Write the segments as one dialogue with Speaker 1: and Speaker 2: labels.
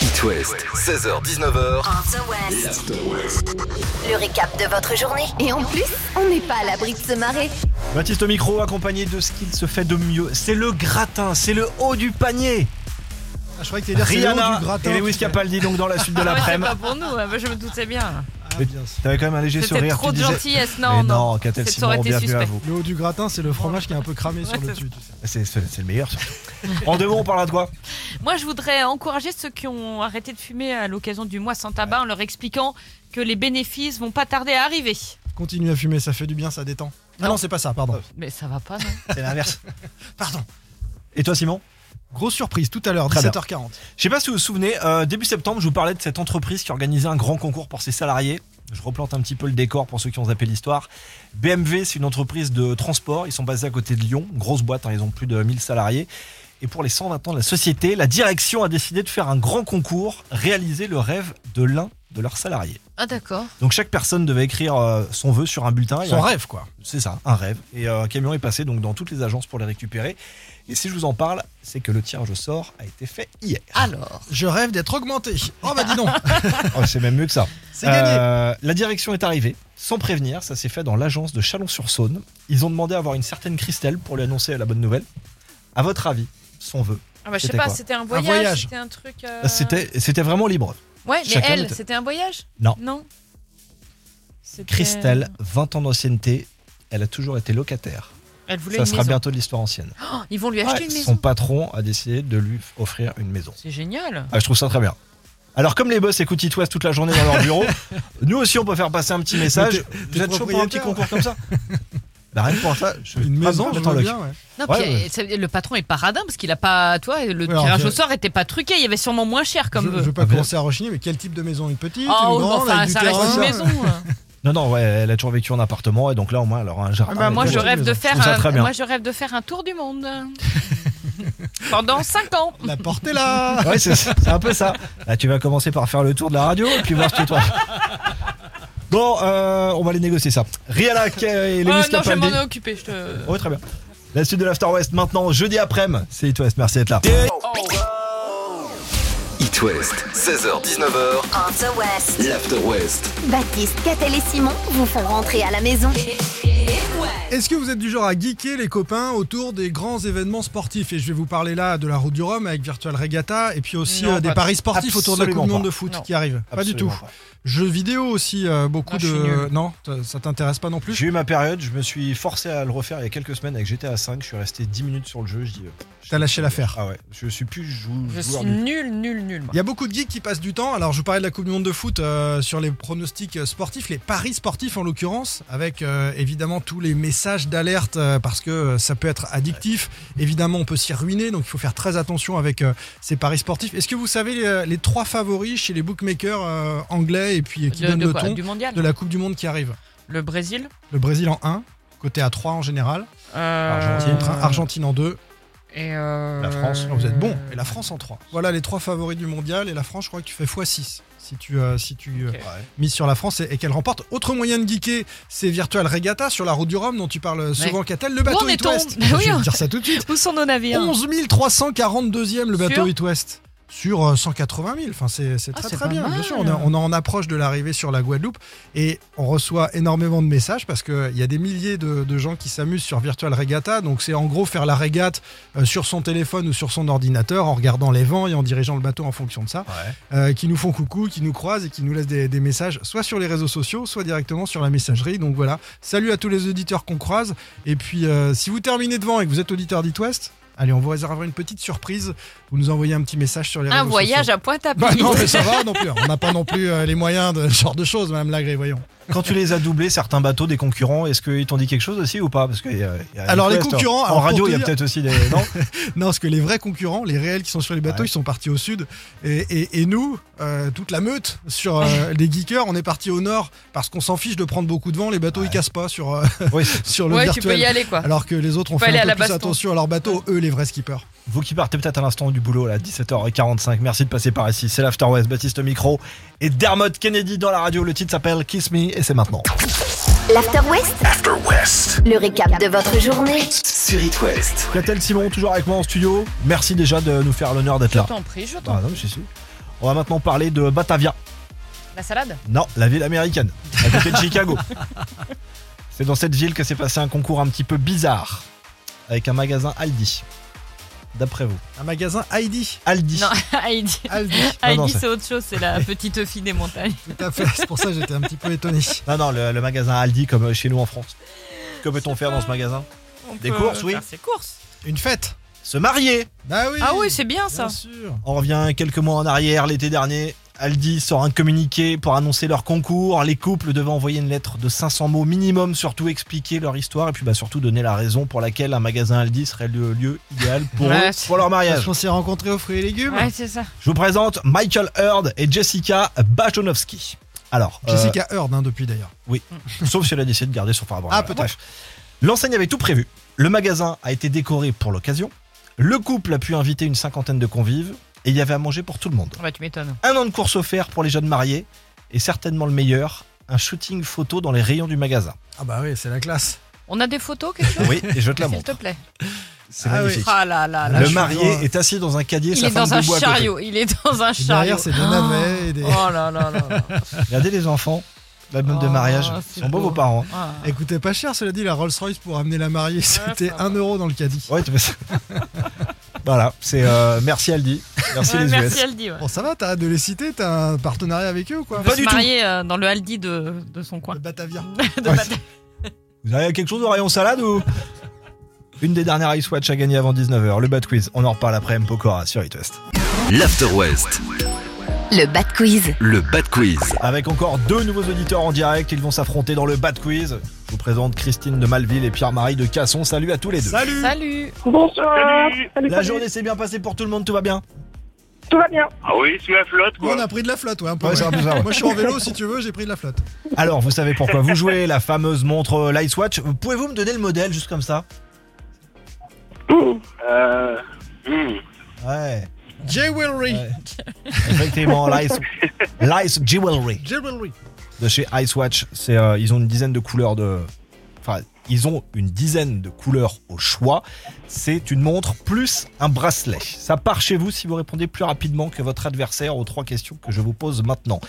Speaker 1: It West, 16h-19h,
Speaker 2: After West.
Speaker 3: Le récap de votre journée. Et en plus, on n'est pas à l'abri de se marrer.
Speaker 4: Baptiste au micro, accompagné de ce qu'il se fait de mieux. C'est le gratin, c'est le haut du panier.
Speaker 5: Ah, je croyais que t'allais dire c'est le haut
Speaker 4: Rihanna
Speaker 5: du gratin.
Speaker 4: et
Speaker 5: qui
Speaker 4: Lewis
Speaker 5: fait-
Speaker 4: Capaldi, donc dans la suite de
Speaker 6: Ah ouais, c'est
Speaker 4: l'après-midi.
Speaker 6: pas pour nous, ah bah, je me doutais bien.
Speaker 5: Ah, bien sûr.
Speaker 4: T'avais quand même un léger
Speaker 6: C'était
Speaker 4: sourire.
Speaker 6: trop
Speaker 4: tu
Speaker 6: de
Speaker 4: disais-
Speaker 6: gentillesse,
Speaker 4: Mais
Speaker 6: non,
Speaker 4: non,
Speaker 6: non.
Speaker 4: Catel
Speaker 6: Ça aurait
Speaker 4: Simon,
Speaker 6: été
Speaker 4: bienvenue à
Speaker 6: suspect.
Speaker 4: vous.
Speaker 5: Le haut du gratin, c'est le fromage qui est un peu cramé sur le dessus. tu sais.
Speaker 4: C'est c'est- c'est le meilleur. surtout. en deux mots, on parlera de quoi
Speaker 6: Moi, je voudrais encourager ceux qui ont arrêté de fumer à l'occasion du mois sans tabac en leur expliquant que les bénéfices vont pas tarder à arriver.
Speaker 5: Continue à fumer, ça fait du bien, ça détend. Ah non, c'est pas ça, pardon.
Speaker 7: Euh.
Speaker 6: Mais ça va pas, non
Speaker 4: C'est l'inverse.
Speaker 5: Pardon.
Speaker 4: Et toi, Simon
Speaker 5: Grosse surprise tout à l'heure,
Speaker 4: Très
Speaker 5: 17h40.
Speaker 4: Je sais pas si vous vous souvenez, euh, début septembre, je vous parlais de cette entreprise qui organisait un grand concours pour ses salariés. Je replante un petit peu le décor pour ceux qui ont zappé l'histoire. BMW, c'est une entreprise de transport. Ils sont basés à côté de Lyon. Grosse boîte, hein, ils ont plus de 1000 salariés. Et pour les 120 ans de la société, la direction a décidé de faire un grand concours, réaliser le rêve de l'un de leurs salariés.
Speaker 6: Ah, d'accord.
Speaker 4: Donc chaque personne devait écrire euh, son vœu sur un bulletin. Il y
Speaker 5: Son
Speaker 4: a-
Speaker 5: rêve, quoi.
Speaker 4: C'est ça, un rêve. Et euh, un camion est passé donc dans toutes les agences pour les récupérer. Et si je vous en parle, c'est que le tirage au sort a été fait hier.
Speaker 5: Ah.
Speaker 6: Alors,
Speaker 5: Je rêve d'être augmenté. Oh bah dis donc,
Speaker 4: Oh, c'est même mieux que ça.
Speaker 5: c'est gagné.
Speaker 4: Euh, la direction est arrivée, sans prévenir, ça s'est fait dans l'agence de Chalon-sur-Saône. Ils ont demandé à avoir une certaine Christelle pour lui annoncer la bonne nouvelle. À votre avis, son vœu
Speaker 6: ah bah, je sais
Speaker 4: C'était
Speaker 6: pas,
Speaker 4: quoi
Speaker 6: c'était un voyage,
Speaker 5: voyage.
Speaker 6: c'était un truc. euh,
Speaker 4: C'était C'était vraiment libre.
Speaker 6: Ouais, mais
Speaker 4: chacun
Speaker 6: elle,
Speaker 4: était-
Speaker 6: c'était un voyage
Speaker 4: Non.
Speaker 6: Non. C'était-
Speaker 4: Christelle,
Speaker 6: Euh.
Speaker 4: 20 ans d'ancienneté, elle a toujours été locataire.
Speaker 6: Elle voulait
Speaker 4: Ça
Speaker 6: une
Speaker 4: sera
Speaker 6: maison.
Speaker 4: bientôt de l'histoire ancienne.
Speaker 6: Oh, Ils vont lui acheter
Speaker 4: Ouais,
Speaker 6: une
Speaker 4: son
Speaker 6: maison.
Speaker 4: patron a décidé de lui offrir une maison.
Speaker 6: C'est génial.
Speaker 4: Ah, je trouve ça très bien. Alors comme les boss écoutent It West toute la journée dans leur bureau, nous aussi on peut faire passer un petit message. Vous êtes chaud pour un petit
Speaker 5: propriétaire.
Speaker 4: concours comme ça Bah rien que pour ça, je
Speaker 5: Une
Speaker 4: Ah
Speaker 5: maison,
Speaker 4: bon,
Speaker 5: je
Speaker 4: j'attends
Speaker 5: veux
Speaker 4: le-
Speaker 5: bien, ouais.
Speaker 7: Non,
Speaker 4: Ouais,
Speaker 7: puis,
Speaker 4: ouais.
Speaker 7: euh, ça veut dire, le patron est paradin parce qu'il a pas. Toi, le
Speaker 5: alors,
Speaker 7: tirage
Speaker 5: je-
Speaker 7: au sort était pas truqué, il y avait sûrement moins cher
Speaker 5: Je,
Speaker 7: comme
Speaker 5: je
Speaker 7: vœu.
Speaker 5: veux pas
Speaker 4: Ah, mais-
Speaker 5: commencer à rechigner, mais quel type de maison Une petite,
Speaker 7: Oh,
Speaker 5: une grande,
Speaker 7: enfin,
Speaker 5: avec du
Speaker 7: ça reste
Speaker 5: terrain
Speaker 7: une maison. hein.
Speaker 4: Non, non, ouais, elle a toujours vécu en appartement et donc là, au moins, elle aura un jardin.
Speaker 6: Ah bah, moi,
Speaker 5: oui,
Speaker 6: je
Speaker 5: oui,
Speaker 6: rêve
Speaker 5: oui,
Speaker 6: de
Speaker 5: je
Speaker 6: faire
Speaker 4: trouve ça
Speaker 6: un,
Speaker 4: très bien.
Speaker 6: moi, je rêve de faire un tour du monde. Pendant 5 ans.
Speaker 5: La porte est là
Speaker 4: Ouais, c'est c'est un peu ça. Là, tu vas commencer par faire le tour de la radio et puis voir ce que toi. Bon, euh, on va aller négocier ça. Rihanna Kay et Lewis
Speaker 6: Euh, non, je vais
Speaker 4: Capaldi.
Speaker 6: m'en occuper. Je te...
Speaker 4: Ouais, très bien. La suite de l'After West maintenant, jeudi après-midi. C'est It West, merci d'être là.
Speaker 5: Eh,
Speaker 1: It West, 16h-19h,
Speaker 3: After West.
Speaker 1: l'After West.
Speaker 3: Baptiste, Catel et Simon vous font rentrer à la maison.
Speaker 5: Est-ce que vous êtes du genre à geeker les copains autour des grands événements sportifs Et je vais vous parler là de la Route du Rhum avec Virtual Regatta et puis aussi
Speaker 6: Non,
Speaker 5: euh, des
Speaker 6: pas-
Speaker 5: paris sportifs autour de la Coupe du
Speaker 4: absolument
Speaker 5: Monde
Speaker 4: pas.
Speaker 5: de foot
Speaker 6: Non.
Speaker 5: qui arrive. Pas du tout.
Speaker 4: Absolument
Speaker 5: Jeux vidéo aussi, euh, beaucoup
Speaker 6: Ah, je suis
Speaker 5: de.
Speaker 6: nul.
Speaker 5: Non, t- ça t'intéresse pas non plus
Speaker 4: J'ai eu ma période, je me suis forcé à le refaire il y a quelques semaines avec GTA V. Je suis resté 10 minutes sur le jeu. Je dis. euh, je-
Speaker 5: T'as lâché l'affaire.
Speaker 4: Ah ouais, je suis plus jou-
Speaker 6: Je
Speaker 4: joueur
Speaker 6: suis
Speaker 4: du
Speaker 6: nul, nul, nul. moi.
Speaker 5: Il y a beaucoup de geeks qui passent du temps. Alors, je vous parlais de la Coupe du Monde de foot euh, sur les pronostics euh, sportifs, les paris sportifs en l'occurrence, avec euh, évidemment tous les messages d'alerte euh, parce que euh, ça peut être addictif. Évidemment, on peut s'y ruiner, donc il faut faire très attention avec euh, ces paris sportifs. Est-ce que vous savez euh, les, les trois favoris chez les bookmakers euh, anglais et puis euh, qui
Speaker 6: De,
Speaker 5: donnent
Speaker 6: de
Speaker 5: le
Speaker 6: quoi
Speaker 5: ton
Speaker 6: Du mondial
Speaker 5: de la Coupe du Monde qui arrive
Speaker 6: Le Brésil
Speaker 5: Le Brésil en 1, côté à 3 en général,
Speaker 6: euh,
Speaker 4: Argentine.
Speaker 5: Argentine, en 2,
Speaker 6: Et euh,
Speaker 4: La France,
Speaker 5: Oh, vous êtes bon, et la France en 3. Voilà les trois favoris du mondial, et la France, je crois que tu fais x6 si tu, euh, si tu euh,
Speaker 6: Ok.
Speaker 4: Ouais.
Speaker 5: mise sur la France et, et qu'elle remporte. Autre moyen de geeker, c'est Virtual Regatta sur la route du Rhum dont tu parles souvent, Catel. Le bateau
Speaker 6: on
Speaker 5: It
Speaker 6: est-on
Speaker 5: West.
Speaker 6: Mais
Speaker 5: Je
Speaker 6: oui,
Speaker 5: vais
Speaker 6: on-
Speaker 5: te dire ça tout de suite.
Speaker 6: Où sont nos navires
Speaker 5: 11 342e le bateau
Speaker 6: Sur
Speaker 5: It West. Sur euh, 180 000, enfin, c'est c'est
Speaker 6: Ah,
Speaker 5: très
Speaker 6: c'est
Speaker 5: très
Speaker 6: pas
Speaker 5: bien.
Speaker 6: mal.
Speaker 5: Bien sûr, on, est- on est en approche de l'arrivée sur la Guadeloupe et on reçoit énormément de messages parce qu'il y a des milliers de, de gens qui s'amusent sur Virtual Regatta. Donc c'est en gros faire la régate euh, sur son téléphone ou sur son ordinateur en regardant les vents et en dirigeant le bateau en fonction de ça
Speaker 4: Ouais.
Speaker 5: euh, qui nous font coucou, qui nous croisent et qui nous laissent des, des messages, soit sur les réseaux sociaux, soit directement sur la messagerie. Donc voilà, salut à tous les auditeurs qu'on croise. Et puis, euh, si vous terminez devant et que vous êtes auditeur d'It West, allez, on vous réservera une petite surprise. Vous nous envoyez un petit message sur les réseaux
Speaker 6: Un voyage
Speaker 5: sociaux.
Speaker 6: à Pointe-à-Pitre.
Speaker 5: Bah non, mais ça va non plus. On n'a pas non plus euh, les moyens de ce genre de choses, Madame Lagré, voyons.
Speaker 4: Quand tu les as doublés, certains bateaux des concurrents, est-ce qu'ils t'ont dit quelque chose aussi ou pas Parce que il y a- il y a
Speaker 5: Alors,
Speaker 4: des
Speaker 5: les
Speaker 4: tests.
Speaker 5: concurrents,
Speaker 4: en
Speaker 5: alors, pour
Speaker 4: radio,
Speaker 5: te
Speaker 4: il y a
Speaker 5: dire-
Speaker 4: peut-être aussi des non.
Speaker 5: Non, parce que les vrais concurrents, les réels qui sont sur les bateaux,
Speaker 4: Ouais.
Speaker 5: ils sont partis au sud. Et, et- et nous, euh, toute la meute sur euh, les geekers, on est partis au nord parce qu'on s'en fiche de prendre beaucoup de vent. Les bateaux, ils cassent pas sur, euh,
Speaker 4: Oui.
Speaker 5: sur le
Speaker 6: Ouais, tu
Speaker 5: virtuel.
Speaker 6: peux y aller quoi.
Speaker 5: Alors que les autres ont
Speaker 6: Faut
Speaker 5: fait
Speaker 6: aller
Speaker 5: un
Speaker 6: à
Speaker 5: peu
Speaker 6: la
Speaker 5: plus
Speaker 6: baston.
Speaker 5: attention à leur bateau, eux les vrais skippers.
Speaker 4: Vous qui partez peut-être à l'instant du boulot là, 17h45. Merci de passer par ici. C'est l'After West, Baptiste au micro et Dermot Kennedy dans la radio. Le titre s'appelle Kiss Me et c'est maintenant.
Speaker 3: L'After West,
Speaker 1: After West,
Speaker 3: le récap de votre journée.
Speaker 1: sur It West.
Speaker 4: Platel Simon toujours avec moi en studio. Merci déjà de nous faire l'honneur d'être
Speaker 6: Je
Speaker 4: là.
Speaker 6: t'en prie, je t'en
Speaker 4: Ah
Speaker 6: prie.
Speaker 4: non, mais si, si. On va maintenant parler de Batavia.
Speaker 7: La salade
Speaker 4: Non, la ville américaine, à côté de Chicago. C'est dans cette ville que s'est passé un concours un petit peu bizarre avec un magasin Aldi. D'après vous.
Speaker 5: Un magasin Heidi.
Speaker 4: Aldi.
Speaker 6: Non, Heidi.
Speaker 5: Aldi,
Speaker 4: Non, non,
Speaker 6: Heidi,
Speaker 4: c'est-
Speaker 6: c'est autre chose, c'est la petite fille des montagnes.
Speaker 5: tout à fait. C'est pour ça que j'étais un petit peu étonné.
Speaker 4: Non, non, le, le magasin Aldi comme euh, chez nous en France. Que peut-on faire dans ce magasin
Speaker 6: On
Speaker 4: Des
Speaker 6: peut
Speaker 4: courses, oui.
Speaker 6: faire ses courses.
Speaker 5: Une fête
Speaker 4: Se marier
Speaker 5: Bah oui
Speaker 6: Ah oui, c'est bien ça.
Speaker 5: Bien sûr.
Speaker 4: On revient quelques mois en arrière, l'été dernier. Aldi sort un communiqué pour annoncer leur concours. Les couples devaient envoyer une lettre de 500 mots minimum, surtout expliquer leur histoire et puis bah, surtout donner la raison pour laquelle un magasin Aldi serait le lieu idéal pour,
Speaker 7: Ouais,
Speaker 4: eux,
Speaker 7: c'est-
Speaker 4: pour leur
Speaker 5: Parce
Speaker 4: mariage.
Speaker 5: qu'on s'est rencontrés aux fruits et légumes.
Speaker 6: Ouais, c'est ça.
Speaker 4: Je vous présente Michael Hurd et Jessica Bajonowski. Alors, euh,
Speaker 5: Jessica Heard, hein, depuis d'ailleurs.
Speaker 4: sauf si elle a décidé de garder son phare.
Speaker 5: Ah,
Speaker 4: peut
Speaker 5: peut-être.
Speaker 4: L'enseigne avait tout prévu. Le magasin a été décoré pour l'occasion. Le couple a pu inviter une cinquantaine de convives et il y avait à manger pour tout le monde.
Speaker 7: Ah bah, tu m'étonnes.
Speaker 4: un an de course offert pour les jeunes mariés et certainement le meilleur, un shooting photo dans les rayons du magasin.
Speaker 5: Ah bah oui, c'est la classe.
Speaker 7: On a des photos, quelque chose
Speaker 4: Oui, et je te la
Speaker 7: S'il te
Speaker 4: montre.
Speaker 7: plaît.
Speaker 4: C'est
Speaker 5: Ah oui.
Speaker 4: magnifique.
Speaker 7: Ah là là là.
Speaker 5: je
Speaker 4: Le
Speaker 5: suis
Speaker 4: marié
Speaker 5: dans-
Speaker 4: est assis dans un cadier,
Speaker 7: Il
Speaker 4: sa
Speaker 7: est
Speaker 4: femme
Speaker 7: dans un
Speaker 4: debout à côté.
Speaker 7: chariot. Il est dans un
Speaker 5: Et
Speaker 7: chariot.
Speaker 5: derrière, c'est des navets et des.
Speaker 7: Oh là là là là.
Speaker 4: Regardez les enfants, la note de
Speaker 7: Oh,
Speaker 4: mariage.
Speaker 7: c'est
Speaker 4: Ils sont beaux
Speaker 7: beau.
Speaker 4: vos parents. hein.
Speaker 7: Ah.
Speaker 5: Elle coûtait pas cher, cela dit, la Rolls-Royce pour amener la mariée, c'était
Speaker 6: ça
Speaker 5: 1 euro dans le caddie.
Speaker 4: Ouais, tu fais ça. voilà, c'est euh, merci Aldi, merci
Speaker 6: Ouais,
Speaker 4: les
Speaker 6: merci,
Speaker 4: US.
Speaker 6: Aldi. ouais.
Speaker 5: Bon, ça va, t'arrêtes de les citer, t'as un partenariat avec eux ou quoi
Speaker 4: Pas
Speaker 6: se
Speaker 4: du tout.
Speaker 6: marier euh, dans le Aldi de, de son coin.
Speaker 5: Le Batavia.
Speaker 6: De
Speaker 4: Ouais.
Speaker 6: Bataille.
Speaker 4: Vous avez quelque chose au rayon salade ou Une des dernières Ice Watch à gagner avant 19h, le Bad Quiz. On en reparle après M. Pokora sur It West.
Speaker 1: L'After West,
Speaker 3: Le Bat Quiz.
Speaker 1: le Bad Quiz.
Speaker 4: Avec encore deux nouveaux auditeurs en direct, ils vont s'affronter dans le Bad Quiz. Je vous présente Christine de Malville et Pierre-Marie de Casson. Salut à tous les deux.
Speaker 5: Salut
Speaker 7: Salut.
Speaker 2: Bonsoir. Salut.
Speaker 4: La
Speaker 2: salut.
Speaker 4: journée s'est bien passée pour tout le monde, tout va bien
Speaker 2: Tout va bien.
Speaker 8: Ah oui, sous la flotte,
Speaker 5: Nous,
Speaker 8: quoi.
Speaker 5: on a pris de la flotte, ouais, un peu.
Speaker 4: Ouais,
Speaker 5: ouais.
Speaker 4: c'est un peu ça, ouais.
Speaker 5: Moi, je suis en vélo, si tu veux, j'ai pris de la flotte.
Speaker 4: Alors, vous savez pourquoi vous jouez, la fameuse montre euh, Light Watch. Pouvez-vous me donner le modèle, juste comme ça
Speaker 8: Euh, hmm.
Speaker 4: Ouais,
Speaker 5: Jewelry
Speaker 4: Ouais. effectivement, Lice, Lice Jewelry
Speaker 5: Jewelry
Speaker 4: de chez Ice Watch. C'est, euh, ils ont une dizaine de couleurs de... Enfin, ils ont une dizaine de couleurs au choix. C'est une montre plus un bracelet. Ça part chez vous si vous répondez plus rapidement que votre adversaire aux trois questions que je vous pose maintenant.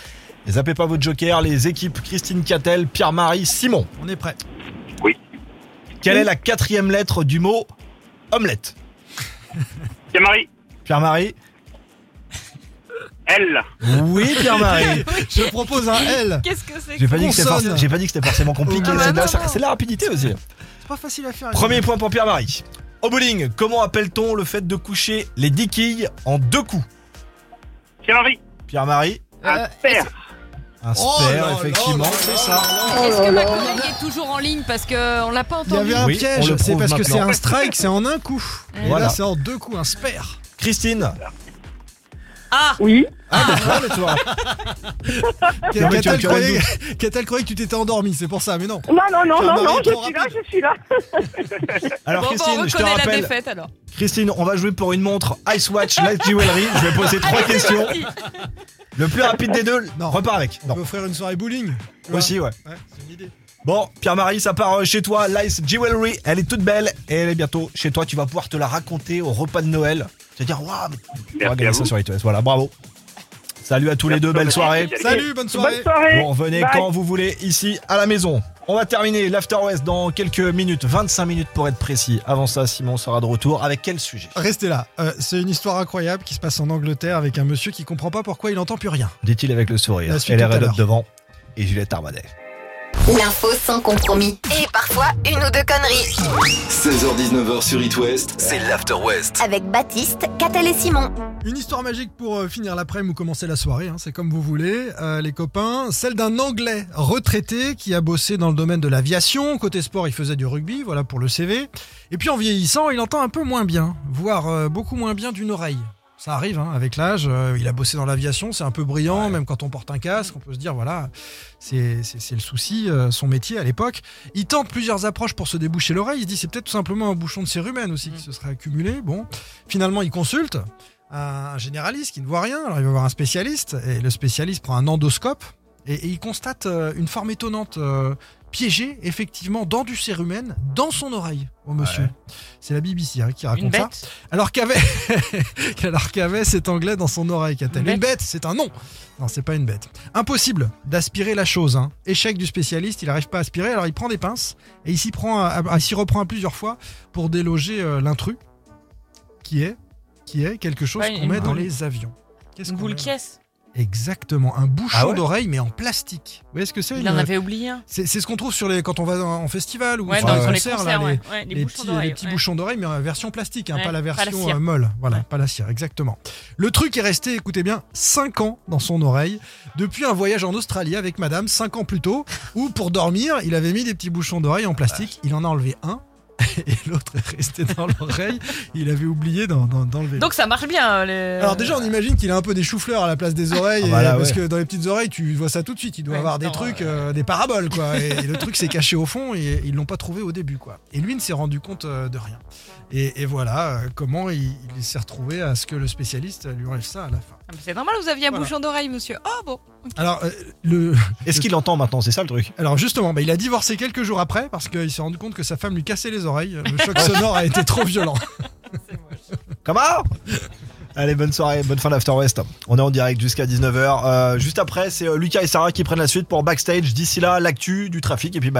Speaker 4: Ne zappez pas votre joker, les équipes Christine Cattel, Pierre-Marie, Simon.
Speaker 5: On est prêt.
Speaker 4: Quelle est la quatrième lettre du mot omelette
Speaker 8: C'est Marie.
Speaker 4: Pierre-Marie
Speaker 8: Elle.
Speaker 4: Oui, Pierre-Marie.
Speaker 5: Je propose un L.
Speaker 6: Qu'est-ce que c'est que
Speaker 4: J'ai pas, dit que c'était
Speaker 5: Consonne.
Speaker 4: forcément- j'ai pas dit que c'était forcément compliqué.
Speaker 5: Ah bah
Speaker 4: c'est de la-
Speaker 6: non,
Speaker 4: c'est
Speaker 6: non.
Speaker 4: de, la rapidité aussi.
Speaker 5: C'est pas facile à faire.
Speaker 4: Premier point pour Pierre-Marie. Au bowling, comment appelle-t-on le fait de coucher les 10 quilles en deux coups
Speaker 8: C'est Marie.
Speaker 4: Pierre-Marie,
Speaker 8: Un père.
Speaker 4: un
Speaker 5: Oh
Speaker 4: super,
Speaker 5: là là
Speaker 4: effectivement.
Speaker 5: là Oh là
Speaker 4: C'est ça.
Speaker 7: Est-ce que ma collègue est toujours en ligne parce qu'on l'a pas
Speaker 5: Il y
Speaker 7: entendu
Speaker 5: avait un
Speaker 4: Oui, on
Speaker 5: piège,
Speaker 4: le
Speaker 5: c'est
Speaker 4: prouve
Speaker 5: parce que c'est
Speaker 4: maintenant.
Speaker 5: un strike, c'est en un coup. Et
Speaker 4: Voilà.
Speaker 5: là, c'est en deux coups, un spare.
Speaker 4: Christine.
Speaker 7: Ah
Speaker 2: Oui.
Speaker 4: Ah, mais toi. Non, mais tu as
Speaker 5: Catal
Speaker 4: le
Speaker 5: croyait Catal croyait que tu t'étais endormi, c'est pour ça, mais non.
Speaker 2: Non, non, non,
Speaker 5: Pierre-Marie
Speaker 2: non, non,
Speaker 5: est
Speaker 2: je
Speaker 5: trop
Speaker 2: suis là,
Speaker 5: rapide.
Speaker 2: je suis là.
Speaker 4: Alors,
Speaker 7: Bon, bah,
Speaker 4: Christine,
Speaker 7: on
Speaker 4: je te
Speaker 7: reconnaît la
Speaker 4: rappelle,
Speaker 7: défaite alors.
Speaker 4: Christine, on va jouer pour une montre Ice Watch Light Jewelry. Je vais poser trois questions. Le plus rapide des deux,
Speaker 5: Non.
Speaker 4: repart avec.
Speaker 5: On
Speaker 4: Non,
Speaker 5: peut offrir une soirée bowling. tu vois.
Speaker 4: aussi, ouais.
Speaker 5: Ouais, c'est une idée.
Speaker 4: Bon, Pierre-Marie, ça part euh, chez toi, Lice Jewelry. Elle est toute belle et elle est bientôt chez toi. Tu vas pouvoir te la raconter au repas de Noël. Tu vas dire, waouh, mais on va
Speaker 8: Merci à
Speaker 4: gagner ça
Speaker 8: vous.
Speaker 4: sur iTunes. Voilà, bravo. Salut à tous les deux, belle soirée.
Speaker 5: Salut, bonne soirée.
Speaker 2: Bonne soirée.
Speaker 4: Vous revenez
Speaker 2: Bye.
Speaker 4: quand vous voulez ici à la maison. On va terminer l'After West dans quelques minutes, 25 minutes pour être précis. Avant ça, Simon sera de retour. Avec quel sujet
Speaker 5: Restez là. Euh, c'est une histoire incroyable qui se passe en Angleterre avec un monsieur qui comprend pas pourquoi il entend plus rien.
Speaker 4: Dit-il avec le sourire.
Speaker 5: La suite
Speaker 4: Elle est
Speaker 5: tout à
Speaker 4: raide
Speaker 5: l'heure.
Speaker 4: devant et Juliette Armanet.
Speaker 3: L'info sans compromis. Et parfois, une ou deux conneries.
Speaker 1: 16h-19h sur It West, c'est l'After West.
Speaker 3: Avec Baptiste, Catel et Simon.
Speaker 5: Une histoire magique pour euh, finir l'après-midi ou commencer la soirée, hein, c'est comme vous voulez, euh, les copains. Celle d'un Anglais retraité qui a bossé dans le domaine de l'aviation. Côté sport, il faisait du rugby, voilà pour le CV. Et puis en vieillissant, il entend un peu moins bien, voire euh, beaucoup moins bien d'une oreille. Ça arrive hein, avec l'âge. euh, il a bossé dans l'aviation, c'est un peu brillant, même quand on porte un casque, on peut se dire voilà, c'est c'est- c'est le souci, euh, son métier à l'époque. Il tente plusieurs approches pour se déboucher l'oreille. Il se dit c'est peut-être tout simplement un bouchon de cérumen aussi
Speaker 6: Mm.
Speaker 5: qui se serait accumulé. Bon, finalement, il consulte un généraliste qui ne voit rien. Alors il va voir un spécialiste et le spécialiste prend un endoscope. et, et il constate euh, une forme étonnante. euh, piégée effectivement dans du cérumen dans son oreille au monsieur. C'est la BBC hein, qui raconte
Speaker 6: Une
Speaker 5: ça.
Speaker 6: bête
Speaker 5: Alors qu'avait alors qu'avait cet anglais dans son oreille qu'a-t-elle
Speaker 6: Une
Speaker 5: Une bête, c'est un nom. Non, c'est pas une bête. Impossible d'aspirer la chose. hein. Échec du spécialiste, il n'arrive pas à aspirer. Alors il prend des pinces et il s'y prend, à- à- il s'y reprend à plusieurs fois pour déloger euh, l'intrus, qui est, qui est quelque chose
Speaker 6: Ouais,
Speaker 5: qu'on
Speaker 6: une
Speaker 5: met dans
Speaker 6: boule.
Speaker 5: les avions. Qu'est-ce
Speaker 6: Une
Speaker 5: qu'on
Speaker 6: boule
Speaker 5: met
Speaker 6: qui est
Speaker 5: Exactement, un bouchon
Speaker 4: Ah ouais
Speaker 5: d'oreille mais en plastique. Vous voyez ce que c'est
Speaker 6: Il
Speaker 5: une-
Speaker 6: en avait oublié un.
Speaker 5: C'est c'est ce qu'on trouve sur les quand on va en, en festival ou
Speaker 6: Ouais,
Speaker 5: sur
Speaker 6: dans
Speaker 5: les
Speaker 6: sur les
Speaker 5: concerts, là,
Speaker 6: concerts,
Speaker 5: les-
Speaker 6: ouais. Ouais, les
Speaker 5: les
Speaker 6: bouchons
Speaker 5: petits,
Speaker 6: d'oreilles.
Speaker 5: les petits
Speaker 6: ouais.
Speaker 5: bouchons d'oreilles, mais en version plastique, hein,
Speaker 6: Ouais,
Speaker 5: pas la
Speaker 6: pas la
Speaker 5: version
Speaker 6: cire.
Speaker 5: euh, molle. Voilà,
Speaker 6: Ouais.
Speaker 5: pas la cire, exactement. Le truc est resté, écoutez bien, 5 ans dans son oreille, depuis un voyage en Australie avec madame, 5 ans plus tôt, où pour dormir, il avait mis des petits bouchons d'oreilles en plastique, il en a enlevé un. Et l'autre est resté dans l'oreille, il avait oublié d'en- d'en- d'enlever.
Speaker 6: Donc ça marche bien. euh, Les...
Speaker 5: Alors déjà, on imagine qu'il a un peu des choux-fleurs à la place des oreilles,
Speaker 4: Ah,
Speaker 5: et-
Speaker 4: voilà,
Speaker 5: parce
Speaker 4: ouais.
Speaker 5: que dans les petites oreilles, tu vois ça tout de suite. Il doit
Speaker 6: Ouais,
Speaker 5: avoir des
Speaker 6: non,
Speaker 5: trucs, euh, des paraboles, quoi. et, le truc s'est caché au fond, et ils l'ont pas trouvé au début, quoi. Et lui ne s'est rendu compte euh, de rien. Et, et voilà euh, comment il, il s'est retrouvé à ce que le spécialiste lui enlève ça à la fin.
Speaker 6: Ah, mais C'est normal, vous aviez un
Speaker 5: Voilà.
Speaker 6: bouchon d'oreille, monsieur. Oh bon.
Speaker 5: Alors euh, le,
Speaker 4: Est-ce qu'il entend maintenant C'est ça le truc.
Speaker 5: alors justement, bah, il a divorcé quelques jours après parce qu'il s'est rendu compte que sa femme lui cassait les oreilles. Le choc sonore a été trop violent.
Speaker 4: Comment Allez, bonne soirée, bonne fin d'After West. On est en direct jusqu'à 19h. Euh, juste après, c'est euh, Lucas et Sarah qui prennent la suite pour Backstage. D'ici là, l'actu, du trafic et puis bah,